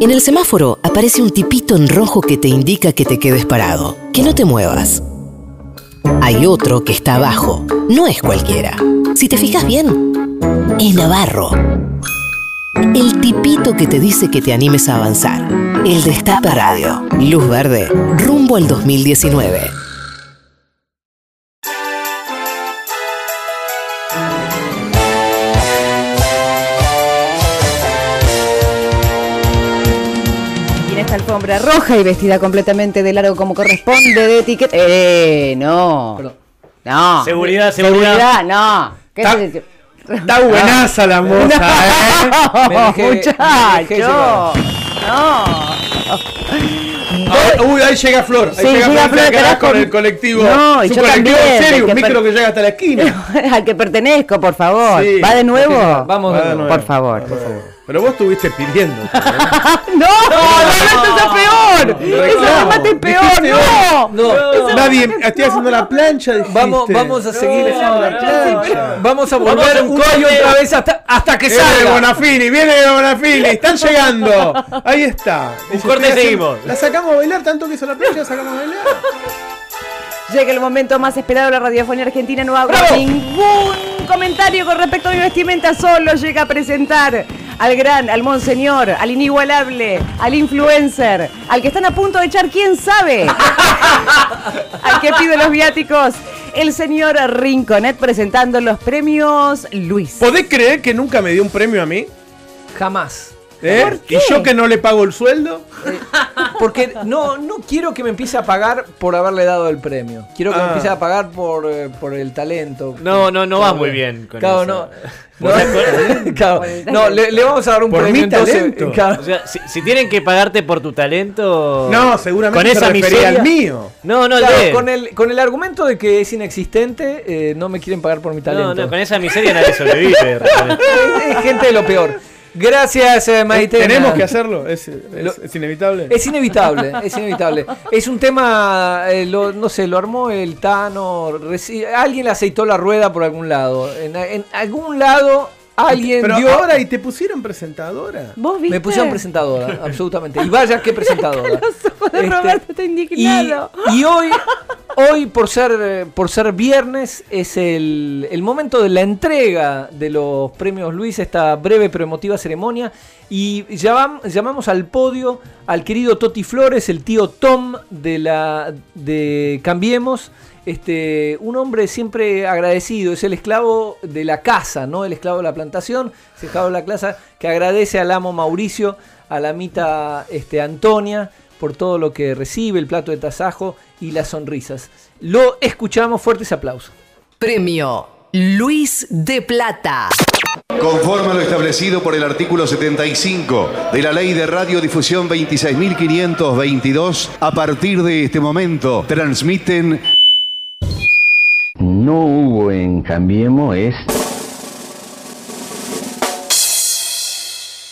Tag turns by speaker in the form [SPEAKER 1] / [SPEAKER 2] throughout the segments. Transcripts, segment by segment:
[SPEAKER 1] En el semáforo aparece un tipito en rojo que te indica que te quedes parado, que no te muevas. Hay otro que está abajo, no es cualquiera. Si te fijas bien, es Navarro. El tipito que te dice que te animes a avanzar. El Destape Radio. Luz Verde. Rumbo al 2019.
[SPEAKER 2] Y en esta alfombra roja y vestida completamente de largo como corresponde de etiqueta. ¡Eh! No. No.
[SPEAKER 3] Seguridad,
[SPEAKER 2] Ah, Seguridad, no. ¿Qué
[SPEAKER 4] Ta-
[SPEAKER 2] es eso?
[SPEAKER 4] Está buenaza la moza, ¿eh?
[SPEAKER 2] No,
[SPEAKER 3] Me dejé- me dejé
[SPEAKER 2] muchacho.
[SPEAKER 3] llevar.
[SPEAKER 2] No.
[SPEAKER 4] Ahora- uy, ahí llega Flor. Ahí
[SPEAKER 2] Sí, llega Flor,
[SPEAKER 4] Flor que
[SPEAKER 2] carajo.
[SPEAKER 4] con el colectivo.
[SPEAKER 2] No, y
[SPEAKER 4] Es un
[SPEAKER 2] yo también,
[SPEAKER 4] colectivo en
[SPEAKER 2] del
[SPEAKER 4] serio,
[SPEAKER 2] que
[SPEAKER 4] un
[SPEAKER 2] per-
[SPEAKER 4] micro que llega hasta la esquina.
[SPEAKER 2] Al que pertenezco, por favor.
[SPEAKER 4] Sí.
[SPEAKER 2] ¿Va de nuevo?
[SPEAKER 3] Vamos de
[SPEAKER 4] Va de
[SPEAKER 3] nuevo.
[SPEAKER 2] Por favor.
[SPEAKER 4] Ah, Pero vos estuviste pidiendo. ¿eh?
[SPEAKER 2] ¡No! ¡No, no, eso es peor! ¡Eso
[SPEAKER 4] no.
[SPEAKER 2] es bastante peor!
[SPEAKER 4] Dijiste,
[SPEAKER 2] ¡No!
[SPEAKER 3] No,
[SPEAKER 4] Nadie, estoy haciendo la plancha, dijiste.
[SPEAKER 3] vamos, vamos a seguir. Vamos a
[SPEAKER 4] Vamos a
[SPEAKER 3] volver
[SPEAKER 4] hacer
[SPEAKER 3] un
[SPEAKER 4] un
[SPEAKER 3] coño
[SPEAKER 4] corte.
[SPEAKER 3] otra vez hasta, hasta que
[SPEAKER 4] Viene de
[SPEAKER 3] salga.
[SPEAKER 4] Bonafini, viene de Bonafini, están llegando. Ahí está.
[SPEAKER 5] Un corte y seguimos.
[SPEAKER 4] La sacamos a bailar, tanto que hizo la plancha, la sacamos a bailar.
[SPEAKER 2] Llega el momento más esperado de la radiofonía argentina. No hago ningún comentario con respecto a mi vestimenta. Solo llega a presentar al gran, al monseñor, al inigualable, al influencer, al que están a punto de echar, quién sabe, al que pide los viáticos, el señor Rinconet presentando los premios Luis.
[SPEAKER 4] ¿Podés creer que nunca me dio un premio a mí?
[SPEAKER 3] Jamás.
[SPEAKER 4] ¿Eh?
[SPEAKER 2] ¿Por qué?
[SPEAKER 4] ¿Y yo que no le pago el sueldo?
[SPEAKER 3] Porque no, no quiero que me empiece a pagar por haberle dado el premio. Quiero que me
[SPEAKER 4] Ah.
[SPEAKER 3] empiece a pagar por, eh, por el talento.
[SPEAKER 5] No, no, no
[SPEAKER 3] Por-
[SPEAKER 5] va muy bien con
[SPEAKER 3] claro,
[SPEAKER 5] eso.
[SPEAKER 3] no. No, claro, no, le, le vamos a dar un
[SPEAKER 4] Por
[SPEAKER 3] premio
[SPEAKER 4] mi
[SPEAKER 3] entonces, eh,
[SPEAKER 4] talento.
[SPEAKER 3] claro.
[SPEAKER 5] O sea, si, si tienen que pagarte por tu talento.
[SPEAKER 4] No, seguramente
[SPEAKER 5] Con esa
[SPEAKER 4] se refería
[SPEAKER 5] miseria.
[SPEAKER 4] al mío.
[SPEAKER 5] No, no,
[SPEAKER 3] Claro,
[SPEAKER 5] de él.
[SPEAKER 3] con, el, con el argumento de que es inexistente, eh, no me quieren pagar por mi talento.
[SPEAKER 5] No, no, con esa miseria nadie sobrevive. realmente.
[SPEAKER 3] Es gente de lo peor. Gracias, eh, Maite.
[SPEAKER 4] Tenemos que hacerlo, es, es-
[SPEAKER 3] Lo-
[SPEAKER 4] es inevitable.
[SPEAKER 3] Es inevitable, es inevitable. Es un tema, eh, lo- no sé, lo armó el Tano. reci- Alguien le aceitó la rueda por algún lado. En, en algún lado alguien
[SPEAKER 4] Pero
[SPEAKER 3] dio.
[SPEAKER 4] ahora, ¿y te pusieron presentadora?
[SPEAKER 2] ¿Vos viste?
[SPEAKER 3] me pusieron presentadora, absolutamente. Y vaya que presentadora.
[SPEAKER 2] Los ojos de
[SPEAKER 3] Este,
[SPEAKER 2] Roberto está
[SPEAKER 3] Y,
[SPEAKER 2] indignado.
[SPEAKER 3] y hoy, hoy por ser eh, por ser viernes, es el, el momento de la entrega de los premios Luis, esta breve pero emotiva ceremonia. Y llamam- llamamos al podio al querido Toti Flores, el tío Tom de la de Cambiemos. Este, un hombre siempre agradecido, es el esclavo de la casa, no el esclavo de la plantación, es el esclavo de la casa, que agradece al amo Mauricio, a la mita este, Antonia, por todo lo que recibe, el plato de tasajo y las sonrisas. Lo escuchamos, fuertes aplausos.
[SPEAKER 1] Premio Luis de Plata.
[SPEAKER 6] Conforme a lo establecido por el artículo 75 de la Ley de Radiodifusión 26.522, a partir de este momento transmiten
[SPEAKER 7] no hubo en Cambiemos es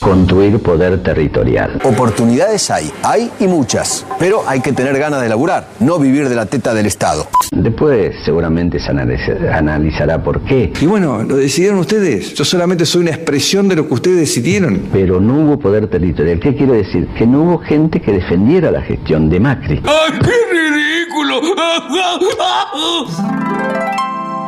[SPEAKER 7] construir poder territorial.
[SPEAKER 8] Oportunidades hay, hay y muchas, pero hay que tener ganas de laburar, no vivir de la teta del Estado.
[SPEAKER 7] Después seguramente se analiza- analizará por qué,
[SPEAKER 8] Y bueno, lo decidieron ustedes. Yo solamente soy una expresión de lo que ustedes decidieron.
[SPEAKER 7] pero no hubo poder territorial. ¿Qué quiero decir? Que no hubo gente que defendiera la gestión de Macri.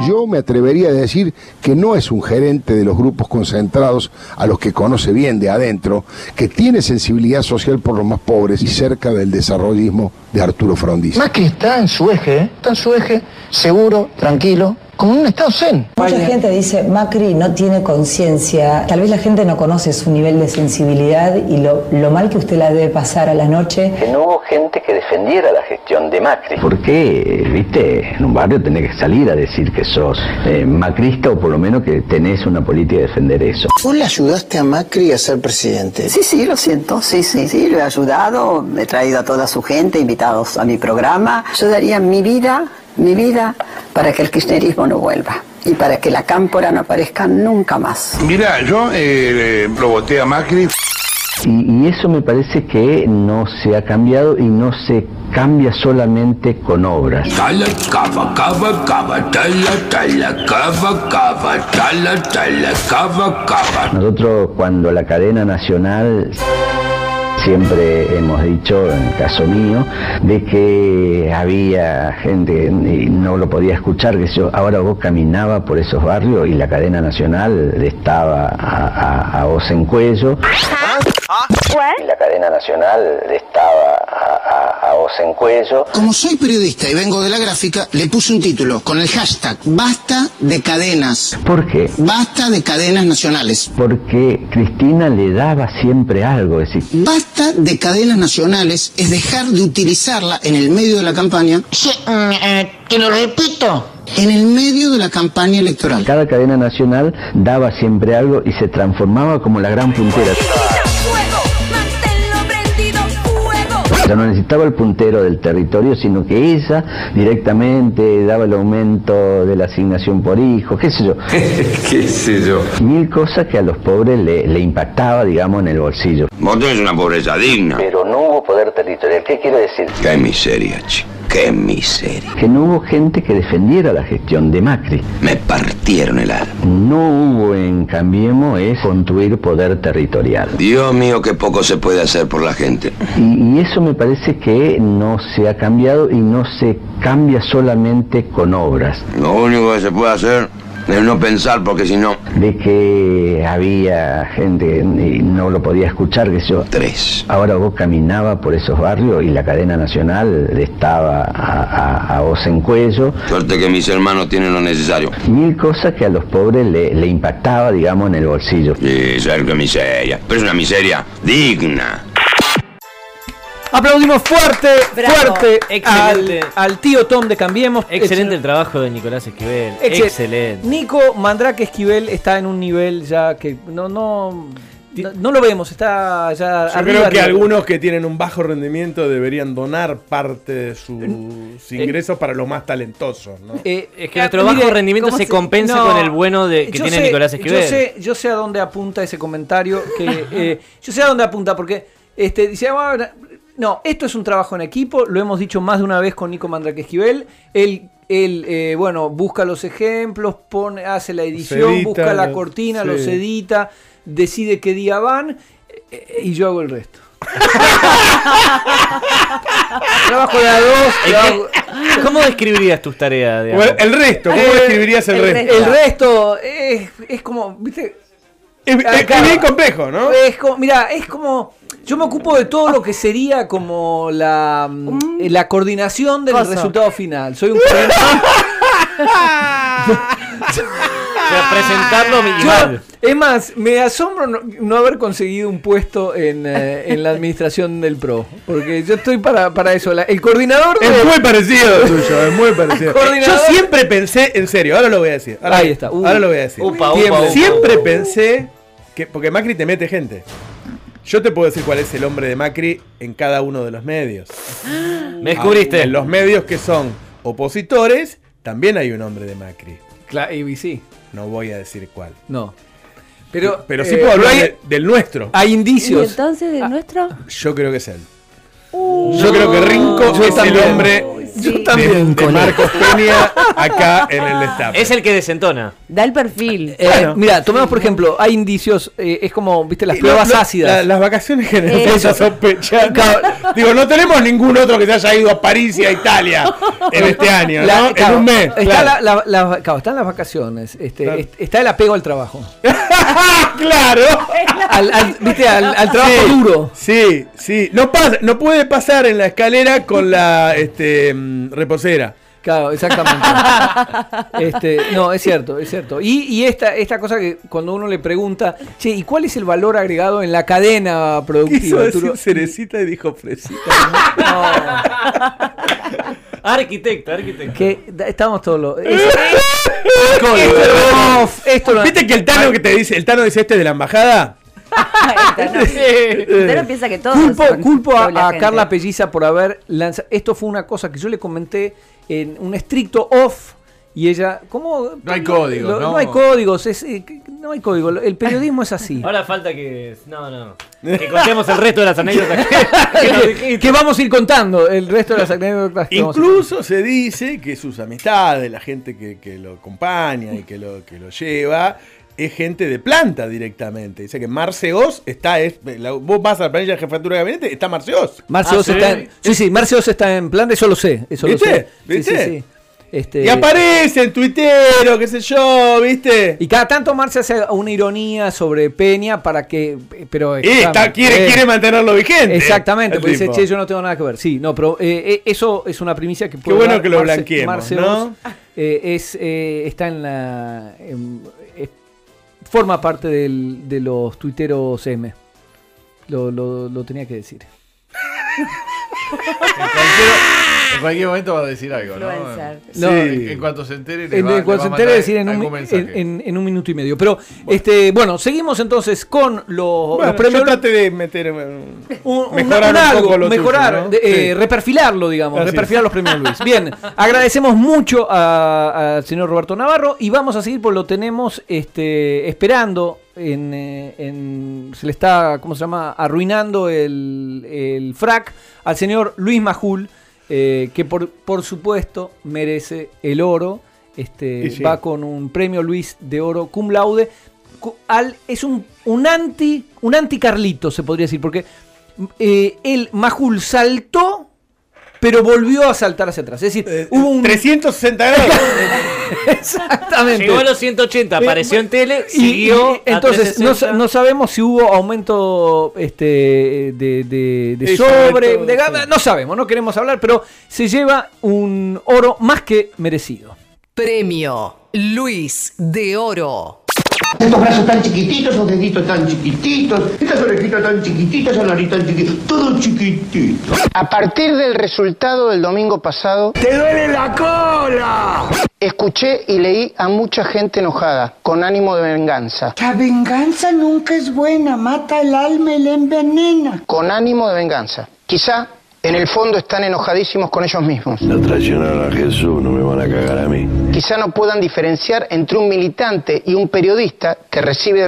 [SPEAKER 9] Yo me atrevería a decir que no es un gerente de los grupos concentrados a los que conoce bien de adentro, que tiene sensibilidad social por los más pobres y cerca del desarrollismo de Arturo Frondizi.
[SPEAKER 10] Macri está en su eje, ¿eh? está en su eje, seguro, tranquilo, como en un estado zen.
[SPEAKER 11] Mucha gente dice, Macri no tiene conciencia, tal vez la gente no conoce su nivel de sensibilidad y lo, lo mal que usted la debe pasar a la noche.
[SPEAKER 7] Que no hubo gente que defendiera la gestión de Macri. ¿Por qué, viste, en un barrio tenés que salir a decir que sos eh, macrista o por lo menos que tenés una política de defender eso?
[SPEAKER 10] Vos le ayudaste a Macri a ser presidente.
[SPEAKER 11] Sí, sí, lo siento, sí, sí, sí, lo he ayudado, he traído a toda su gente, invitados a mi programa. Yo daría mi vida, mi vida, para que el kirchnerismo no vuelva y para que la cámpora no aparezca nunca más.
[SPEAKER 9] Mira, yo lo voté a Macri.
[SPEAKER 7] Y, y eso me parece que no se ha cambiado y no se cambia solamente con obras. Nosotros cuando la cadena nacional Siempre hemos dicho, en el caso mío, de que había gente y no lo podía escuchar, que yo ahora vos caminaba por esos barrios y la cadena nacional estaba a, a- a vos en cuello. Y la cadena nacional estaba a, a- a vos en cuello.
[SPEAKER 12] Como soy periodista y vengo de la gráfica, le puse un título con el hashtag Basta de cadenas.
[SPEAKER 7] ¿Por qué?
[SPEAKER 12] Basta de cadenas nacionales.
[SPEAKER 7] Porque Cristina le daba siempre algo, es decir,
[SPEAKER 12] Basta de cadenas nacionales es dejar de utilizarla en el medio de la campaña. Sí, mm, eh, te lo repito. En el medio de la campaña electoral.
[SPEAKER 7] cada cadena nacional daba siempre algo y se transformaba como la gran puntera. Ya no necesitaba el puntero del territorio, sino que ella directamente daba el aumento de la asignación por hijo, qué sé yo.
[SPEAKER 13] ¿Qué sé yo?
[SPEAKER 7] Mil cosas que a los pobres le, le impactaba, digamos, en el bolsillo.
[SPEAKER 13] Vos tenés una pobreza digna.
[SPEAKER 7] Pero no hubo poder territorial. ¿Qué quiere decir?
[SPEAKER 13] Qué miseria, chico. Qué miseria.
[SPEAKER 7] Que no hubo gente que defendiera la gestión de Macri.
[SPEAKER 13] Me partieron el alma.
[SPEAKER 7] No hubo en Cambiemos es construir poder territorial.
[SPEAKER 13] Dios mío, qué poco se puede hacer por la gente.
[SPEAKER 7] Y, y eso me parece que no se ha cambiado y no se cambia solamente con obras.
[SPEAKER 13] Lo único que se puede hacer es no pensar, porque si no.
[SPEAKER 7] De que había gente que ni- no lo podía escuchar, que yo.
[SPEAKER 13] Tres.
[SPEAKER 7] Ahora vos caminaba por esos barrios y la cadena nacional estaba a, a- a vos en cuello.
[SPEAKER 13] Suerte que mis hermanos tienen lo necesario.
[SPEAKER 7] Mil cosas que a los pobres le, le impactaba, digamos, en el bolsillo.
[SPEAKER 13] Sí, sabes qué miseria. Pero es una miseria digna.
[SPEAKER 3] Aplaudimos fuerte,
[SPEAKER 2] Bravo.
[SPEAKER 3] fuerte
[SPEAKER 5] Excelente.
[SPEAKER 3] Al, al tío Tom de Cambiemos.
[SPEAKER 5] Excelente el trabajo de Nicolás Esquivel.
[SPEAKER 3] Excel-
[SPEAKER 5] Excelente.
[SPEAKER 3] Nico Mandrake Esquivel está en un nivel ya que no no no, no lo vemos, está ya
[SPEAKER 4] Yo creo
[SPEAKER 3] arriba,
[SPEAKER 4] que
[SPEAKER 3] arriba.
[SPEAKER 4] algunos que tienen un bajo rendimiento deberían donar parte de
[SPEAKER 3] Eh,
[SPEAKER 4] sus ingresos para los más talentosos, ¿no?
[SPEAKER 5] Eh, es que nuestro bajo rendimiento
[SPEAKER 3] ¿cómo
[SPEAKER 5] se compensa con el bueno de- que
[SPEAKER 3] yo
[SPEAKER 5] tiene
[SPEAKER 3] sé-
[SPEAKER 5] Nicolás Esquivel.
[SPEAKER 3] Yo sé, yo sé a dónde apunta ese comentario. Que, eh, yo sé a dónde apunta, porque este, dice, "Ah, no, esto es un trabajo en equipo, lo hemos dicho más de una vez con Nico Mandrake Esquivel. Él, él, eh, bueno, busca los ejemplos, pone, hace la edición,
[SPEAKER 4] edita,
[SPEAKER 3] busca la
[SPEAKER 4] lo-
[SPEAKER 3] cortina,
[SPEAKER 4] sí.
[SPEAKER 3] los edita, decide qué día van eh, eh, y yo hago el resto. trabajo de a dos,
[SPEAKER 5] ¿En
[SPEAKER 3] lo
[SPEAKER 5] qué-
[SPEAKER 3] hago-
[SPEAKER 5] ¿Cómo describirías tus tareas?
[SPEAKER 4] O el- el resto, ¿cómo
[SPEAKER 5] Eh,
[SPEAKER 4] describirías el,
[SPEAKER 5] el
[SPEAKER 4] resto?
[SPEAKER 3] El resto es, es como, viste.
[SPEAKER 4] Es, es- es
[SPEAKER 3] Acá.
[SPEAKER 4] bien complejo, ¿no?
[SPEAKER 3] Es como, mira, es como. Yo me ocupo de todo lo que sería como la, mm, eh, la coordinación del
[SPEAKER 2] Coso.
[SPEAKER 3] resultado final. Soy un coordinador.
[SPEAKER 5] presentarlo
[SPEAKER 3] Yo-
[SPEAKER 5] minimal.
[SPEAKER 3] es más, me asombro no, no haber conseguido un puesto en, eh, en la administración del PRO. Porque yo estoy para, para eso. La- el coordinador. de-
[SPEAKER 4] Es muy parecido al tuyo, es muy parecido. Yo
[SPEAKER 3] Coordinador.
[SPEAKER 4] siempre pensé, en serio, ahora lo voy a decir. Ahora,
[SPEAKER 3] Ahí está. Uh.
[SPEAKER 4] ahora lo voy a decir.
[SPEAKER 3] Upa, upa, upa.
[SPEAKER 4] siempre pensé que. Porque Macri te mete gente. Yo te puedo decir cuál es el hombre de Macri en cada uno de los medios.
[SPEAKER 5] Me descubriste.
[SPEAKER 4] En los medios que son opositores, también hay un hombre de Macri.
[SPEAKER 3] Cla- y sí.
[SPEAKER 4] No voy a decir cuál.
[SPEAKER 3] No. Pero,
[SPEAKER 4] Pero sí
[SPEAKER 3] eh,
[SPEAKER 4] puedo hablar
[SPEAKER 3] hay- Ah.
[SPEAKER 4] de- del nuestro.
[SPEAKER 3] Hay
[SPEAKER 14] ¿Y
[SPEAKER 3] indicios.
[SPEAKER 14] entonces del nuestro?
[SPEAKER 3] Ah.
[SPEAKER 4] Yo creo que es él. Yo creo que Rinco
[SPEAKER 3] Uh. Yo
[SPEAKER 4] es
[SPEAKER 3] también.
[SPEAKER 4] el hombre
[SPEAKER 3] Yo
[SPEAKER 4] de- de
[SPEAKER 3] también con él.
[SPEAKER 4] Marcos Peña acá en el staff.
[SPEAKER 5] Es el que desentona.
[SPEAKER 2] Da el perfil.
[SPEAKER 3] Eh, Mira, tomemos por ejemplo, hay indicios, eh, es como, viste, las
[SPEAKER 4] Y
[SPEAKER 3] pruebas
[SPEAKER 4] lo- lo-
[SPEAKER 3] ácidas.
[SPEAKER 4] la- las vacaciones generan
[SPEAKER 3] Eso.
[SPEAKER 4] esa sospecha. Digo, no tenemos ningún otro que se haya ido a París y a Italia en este año,
[SPEAKER 3] La-
[SPEAKER 4] ¿no?
[SPEAKER 3] claro,
[SPEAKER 4] en un mes.
[SPEAKER 3] Está
[SPEAKER 4] claro.
[SPEAKER 3] la- la- la- claro, están las vacaciones, este,
[SPEAKER 4] Claro.
[SPEAKER 3] est- está el apego al trabajo.
[SPEAKER 4] ¡Claro!
[SPEAKER 3] Al, al- viste, al, al trabajo
[SPEAKER 4] Sí,
[SPEAKER 3] duro.
[SPEAKER 4] Sí, sí. No, pasa, no puede pasar en la escalera con la este, mm, reposera.
[SPEAKER 3] Claro, exactamente. Este, no, es cierto, es cierto. Y, y esta, esta cosa que cuando uno le pregunta, che, ¿y cuál es el valor agregado en la cadena
[SPEAKER 4] Quiso
[SPEAKER 3] productiva?
[SPEAKER 4] decir
[SPEAKER 3] Arturo?"
[SPEAKER 4] cerecita y dijo fresita.
[SPEAKER 5] Arquitecto, arquitecto.
[SPEAKER 3] Que da- estamos todos los. eso- Esto- Off, esto no-
[SPEAKER 4] ¿Viste que el Tano que te dice, el Tano dice este de la embajada? Eh,
[SPEAKER 14] Pero piensa que todos
[SPEAKER 3] culpo,
[SPEAKER 14] son
[SPEAKER 3] culpo a,
[SPEAKER 14] doble
[SPEAKER 3] a
[SPEAKER 14] agente.
[SPEAKER 3] Carla Pelliza por haber lanzado. Esto fue una cosa que yo le comenté en un estricto off. Y ella, ¿cómo?
[SPEAKER 4] No hay códigos,
[SPEAKER 3] Lo-
[SPEAKER 4] ¿no?
[SPEAKER 3] hay códigos, es, eh, que- no hay código. El periodismo es así.
[SPEAKER 5] Ahora falta que. No, no. Que contemos el resto de las anécdotas. que-
[SPEAKER 3] que, Eh, que vamos a ir contando el resto de las anécdotas que vamos a-
[SPEAKER 4] Incluso se dice que sus amistades, la gente que, que lo acompaña y que lo, que lo lleva, es gente de planta directamente. Dice que Marceos está. es- la- vos vas a la planilla de jefatura de gabinete, está Marceos.
[SPEAKER 3] Marcio
[SPEAKER 4] Ah,
[SPEAKER 3] está
[SPEAKER 4] ¿sí?
[SPEAKER 3] en, sí, sí, Marcio está en planta, eso lo sé. Eso
[SPEAKER 4] ¿Viste?
[SPEAKER 3] Lo sé. Sí,
[SPEAKER 4] ¿Viste?
[SPEAKER 3] sí, sí. Este-
[SPEAKER 4] Y aparece el tuitero, qué sé yo, ¿viste?
[SPEAKER 3] Y cada tanto Marcia hace una ironía sobre Peña para que. Pero
[SPEAKER 4] Y está- quiere- quiere mantenerlo vigente,
[SPEAKER 3] Exactamente,
[SPEAKER 4] el
[SPEAKER 3] porque dice,
[SPEAKER 4] tipo.
[SPEAKER 3] che, yo no tengo nada que ver. Sí, no, pero eh, eh, eso es una primicia que puede
[SPEAKER 4] bueno
[SPEAKER 3] dar
[SPEAKER 4] que lo
[SPEAKER 3] Marce-
[SPEAKER 4] blanqueemos,
[SPEAKER 3] Marce
[SPEAKER 4] ¿no?
[SPEAKER 3] Oz, eh, es, eh, está en la. en- eh, forma parte del- de los tuiteros M. Lo, lo- lo tenía que decir.
[SPEAKER 14] En cualquier momento va a decir algo, ¿no?
[SPEAKER 2] Influencer.
[SPEAKER 14] Sí.
[SPEAKER 3] No. eh,
[SPEAKER 14] En, en cuanto se entere, le
[SPEAKER 3] En,
[SPEAKER 14] va,
[SPEAKER 3] en
[SPEAKER 14] le
[SPEAKER 3] cuanto se
[SPEAKER 14] va a
[SPEAKER 3] entere,
[SPEAKER 14] mandar
[SPEAKER 3] decir en un,
[SPEAKER 14] algún
[SPEAKER 3] mi-
[SPEAKER 14] mensaje.
[SPEAKER 3] en- en- en un minuto y medio. Pero, este, bueno, seguimos entonces con los-
[SPEAKER 4] Bueno,
[SPEAKER 3] los premios.
[SPEAKER 4] yo traté de meter. eh,
[SPEAKER 3] un-
[SPEAKER 4] mejorar
[SPEAKER 3] un
[SPEAKER 4] un
[SPEAKER 3] algo,
[SPEAKER 4] poco lo tuyo,
[SPEAKER 3] mejorar,
[SPEAKER 4] ¿no?
[SPEAKER 3] de- eh,
[SPEAKER 4] Sí.
[SPEAKER 3] reperfilarlo, digamos,
[SPEAKER 4] Así es.
[SPEAKER 3] reperfilar los premios Luis. Bien, agradecemos mucho a- al señor Roberto Navarro y vamos a seguir porque lo tenemos este, esperando. En, eh, en- se le está, ¿cómo se llama? Arruinando el, el frac al señor Luis Majul, eh, que por, por supuesto merece el oro. Este,
[SPEAKER 4] Y sí.
[SPEAKER 3] Va con un premio Luis de oro cum laude. cu- al- es un, un anti un anti Carlito, se podría decir, porque eh, el Majul saltó, pero volvió a saltar hacia atrás. Es decir,
[SPEAKER 14] Eh,
[SPEAKER 4] Eh,
[SPEAKER 3] hubo un.
[SPEAKER 4] 360 grados.
[SPEAKER 3] Exactamente.
[SPEAKER 5] Llegó a los 180, apareció en tele,
[SPEAKER 3] Y-
[SPEAKER 5] siguió.
[SPEAKER 3] y- entonces, no, sa-
[SPEAKER 5] 360.
[SPEAKER 3] no sabemos si hubo aumento este, de, de- de
[SPEAKER 5] Sí,
[SPEAKER 3] sobre,
[SPEAKER 5] aumento,
[SPEAKER 3] de gama, no sabemos, no queremos hablar, pero se lleva un oro más que merecido.
[SPEAKER 15] Premio Luis de Oro.
[SPEAKER 10] Estos brazos tan chiquititos, esos deditos tan chiquititos, estas orejitas tan chiquititas, esa nariz tan chiquitita, todo chiquitito. A partir del resultado del domingo pasado... ¡Te duele la cola! Escuché y leí a mucha gente enojada, con ánimo de venganza.
[SPEAKER 12] La venganza nunca es buena, mata el alma y la envenena.
[SPEAKER 10] Con ánimo de venganza. Quizá, en el fondo, están enojadísimos con ellos mismos.
[SPEAKER 7] No traicionaron a Jesús, no me van a cagar a mí.
[SPEAKER 10] Quizá no puedan diferenciar entre un militante y un periodista que recibe...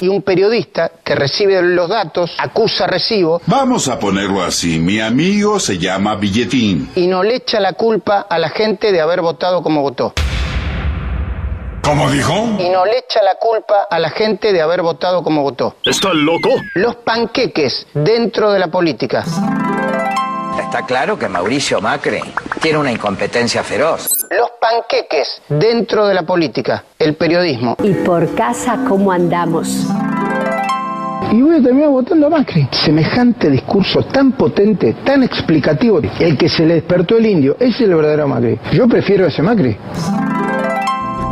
[SPEAKER 10] Y un periodista que recibe los datos, acusa recibo
[SPEAKER 16] Vamos a ponerlo así. Mi amigo se llama Billetín.
[SPEAKER 10] y no le echa la culpa a la gente de haber votado como votó.
[SPEAKER 16] ¿Cómo dijo?
[SPEAKER 10] Y no le echa la culpa a la gente de haber votado como votó. ¿Estás loco? Los panqueques dentro de la política.
[SPEAKER 17] Está claro que Mauricio Macri tiene una incompetencia feroz.
[SPEAKER 10] Los panqueques dentro de la política. El periodismo.
[SPEAKER 18] ¿Y por casa cómo andamos?
[SPEAKER 10] Y voy a terminar votando a Macri. Semejante discurso tan potente, tan explicativo. El que se le despertó el indio, ese es el verdadero Macri. Yo prefiero ese Macri.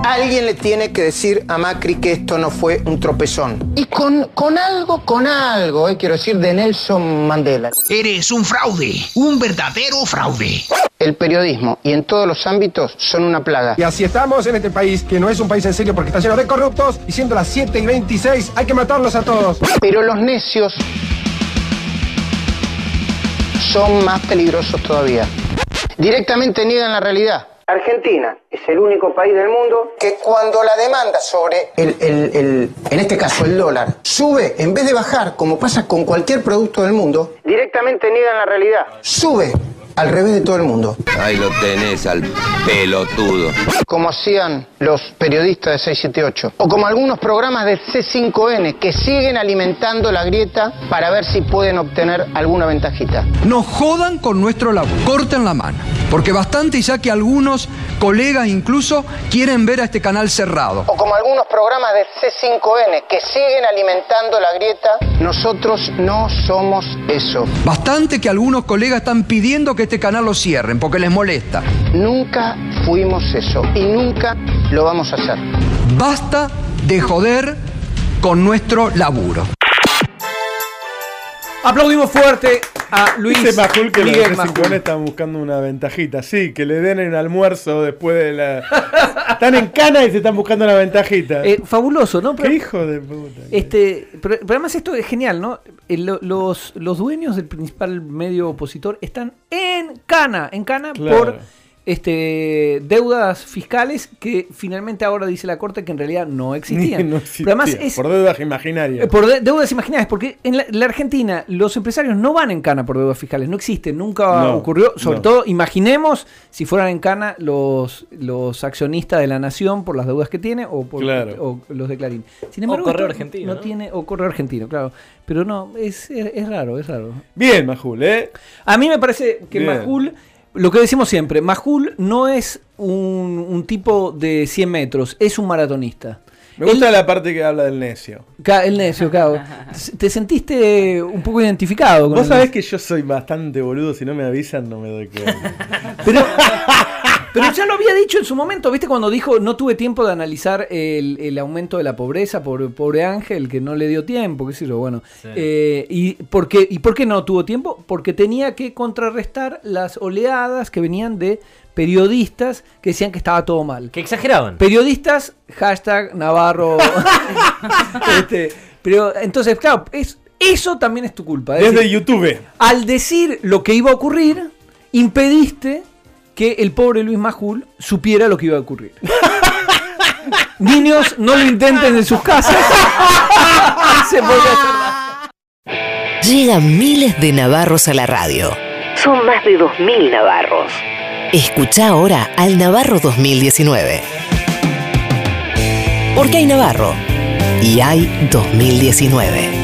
[SPEAKER 10] Alguien le tiene que decir a Macri que esto no fue un tropezón. Y con, con algo, con algo, eh, quiero decir, de Nelson Mandela. Eres un fraude, un verdadero fraude. El periodismo y en todos los ámbitos son una plaga.
[SPEAKER 19] Y así estamos en este país, que no es un país en serio porque está lleno de corruptos, y siendo las 7 y 26 hay que matarlos a todos.
[SPEAKER 10] Pero los necios son más peligrosos todavía. Directamente niegan la realidad. Argentina es el único país del mundo que cuando la demanda sobre el, el- el- en este caso el dólar sube en vez de bajar como pasa con cualquier producto del mundo directamente niegan la realidad sube al revés de todo el mundo
[SPEAKER 13] Ahí lo tenés al pelotudo.
[SPEAKER 10] como hacían los periodistas de 678, o como algunos programas de C5N que siguen alimentando la grieta para ver si pueden obtener alguna ventajita.
[SPEAKER 20] Nos jodan con nuestro labor, corten la mano, porque bastante ya que algunos colegas incluso quieren ver a este canal cerrado.
[SPEAKER 10] O como algunos programas de C5N que siguen alimentando la grieta, nosotros no somos eso.
[SPEAKER 20] Bastante que algunos colegas están pidiendo que este canal lo cierren, porque les molesta.
[SPEAKER 10] Nunca fuimos eso y nunca lo vamos a hacer.
[SPEAKER 20] Basta de joder con nuestro laburo.
[SPEAKER 3] Aplaudimos fuerte a Luis
[SPEAKER 4] Dice Majul que los
[SPEAKER 3] Miguel
[SPEAKER 4] de
[SPEAKER 3] Majul.
[SPEAKER 4] 5N están buscando una ventajita. Sí, que le den el almuerzo después de la. están en cana y se están buscando una ventajita.
[SPEAKER 3] Eh, fabuloso, ¿no?
[SPEAKER 4] Qué
[SPEAKER 3] Pero-
[SPEAKER 4] hijo de puta.
[SPEAKER 3] Este, pero, pero además esto es genial, ¿no? Eh, lo- los, los dueños del principal medio opositor están en cana, en cana
[SPEAKER 4] Claro.
[SPEAKER 3] por este, deudas fiscales que finalmente ahora dice la Corte que en realidad no existían.
[SPEAKER 4] No
[SPEAKER 3] Pero además
[SPEAKER 4] existía,
[SPEAKER 3] es
[SPEAKER 4] Por deudas imaginarias.
[SPEAKER 3] eh, por de- deudas imaginarias, porque en la, la Argentina los empresarios no van en cana por deudas fiscales, no existe, nunca
[SPEAKER 4] No,
[SPEAKER 3] ocurrió. Sobre
[SPEAKER 4] no.
[SPEAKER 3] todo, imaginemos si fueran en cana los, los accionistas de la nación por las deudas que tiene o por
[SPEAKER 4] Claro.
[SPEAKER 3] o los de Clarín. Sin
[SPEAKER 5] O
[SPEAKER 3] embargo,
[SPEAKER 5] Correo
[SPEAKER 3] esto
[SPEAKER 5] Argentino,
[SPEAKER 3] No,
[SPEAKER 5] ¿no?
[SPEAKER 3] tiene, o Correo Argentino, claro. Pero no, es, es- es raro, es raro.
[SPEAKER 4] Bien, Majul, ¿eh?
[SPEAKER 3] A mí me parece que
[SPEAKER 4] Bien.
[SPEAKER 3] Majul, lo que decimos siempre, Majul no es un, un tipo de 100 metros, es un maratonista.
[SPEAKER 4] Me gusta la parte que habla del necio.
[SPEAKER 3] Ca- El necio, claro. Te sentiste un poco identificado con
[SPEAKER 4] Vos
[SPEAKER 3] el
[SPEAKER 4] sabés que yo soy bastante boludo, si no me avisan no me doy cuenta.
[SPEAKER 3] Pero ya lo había dicho en su momento, ¿viste? Cuando dijo, no tuve tiempo de analizar el, el aumento de la pobreza por pobre Ángel, que no le dio tiempo, qué sé yo, bueno. Eh, y, por qué, ¿Y por qué no tuvo tiempo? Porque tenía que contrarrestar las oleadas que venían de periodistas que decían que estaba todo mal.
[SPEAKER 5] Que exageraban.
[SPEAKER 3] Periodistas, hashtag Navarro. Este, pero entonces, claro, es, eso también es tu culpa. Es
[SPEAKER 4] Desde
[SPEAKER 3] decir,
[SPEAKER 4] YouTube.
[SPEAKER 3] al decir lo que iba a ocurrir, impediste que el pobre Luis Majul supiera lo que iba a ocurrir. Niños, no lo intenten en sus casas. Se podría hacer.
[SPEAKER 1] Llegan miles de navarros a la radio.
[SPEAKER 21] Son más de 2.000 navarros.
[SPEAKER 1] Escucha ahora al Navarro 2019. Porque hay Navarro y hay 2019.